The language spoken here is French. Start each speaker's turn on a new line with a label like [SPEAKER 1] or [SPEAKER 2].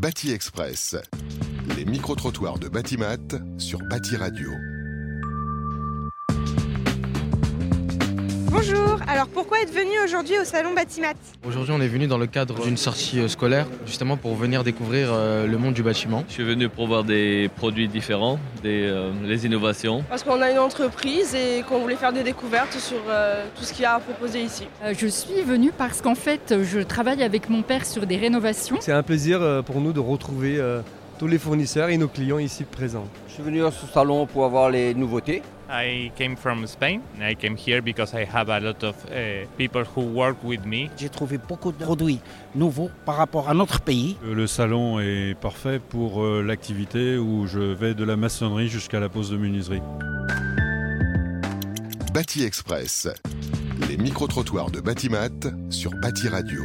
[SPEAKER 1] Bâti Express, les micro-trottoirs de Batimat sur Bâti Radio.
[SPEAKER 2] Bonjour, alors pourquoi êtes venu aujourd'hui au salon Batimat
[SPEAKER 3] Aujourd'hui, on est venu dans le cadre d'une sortie euh, scolaire, justement pour venir découvrir euh, le monde du bâtiment.
[SPEAKER 4] Je suis venu pour voir des produits différents, des, euh, les innovations.
[SPEAKER 5] Parce qu'on a une entreprise et qu'on voulait faire des découvertes sur euh, tout ce qu'il y a à proposer ici.
[SPEAKER 6] Euh, Je suis venue parce qu'en fait, euh, je travaille avec mon père sur des rénovations.
[SPEAKER 7] C'est un plaisir euh, pour nous de retrouver euh, tous les fournisseurs et nos clients ici présents.
[SPEAKER 8] Je suis venu à ce salon pour avoir les nouveautés.
[SPEAKER 9] I came from Spain. and I came here because I have a lot of uh, people who work with me.
[SPEAKER 10] J'ai trouvé beaucoup de produits nouveaux par rapport à notre pays.
[SPEAKER 11] Le salon est parfait pour euh, l'activité où je vais de la maçonnerie jusqu'à la pose de menuiserie.
[SPEAKER 1] Bâti Express, les micro-trottoirs de Batimat sur Bâti Radio.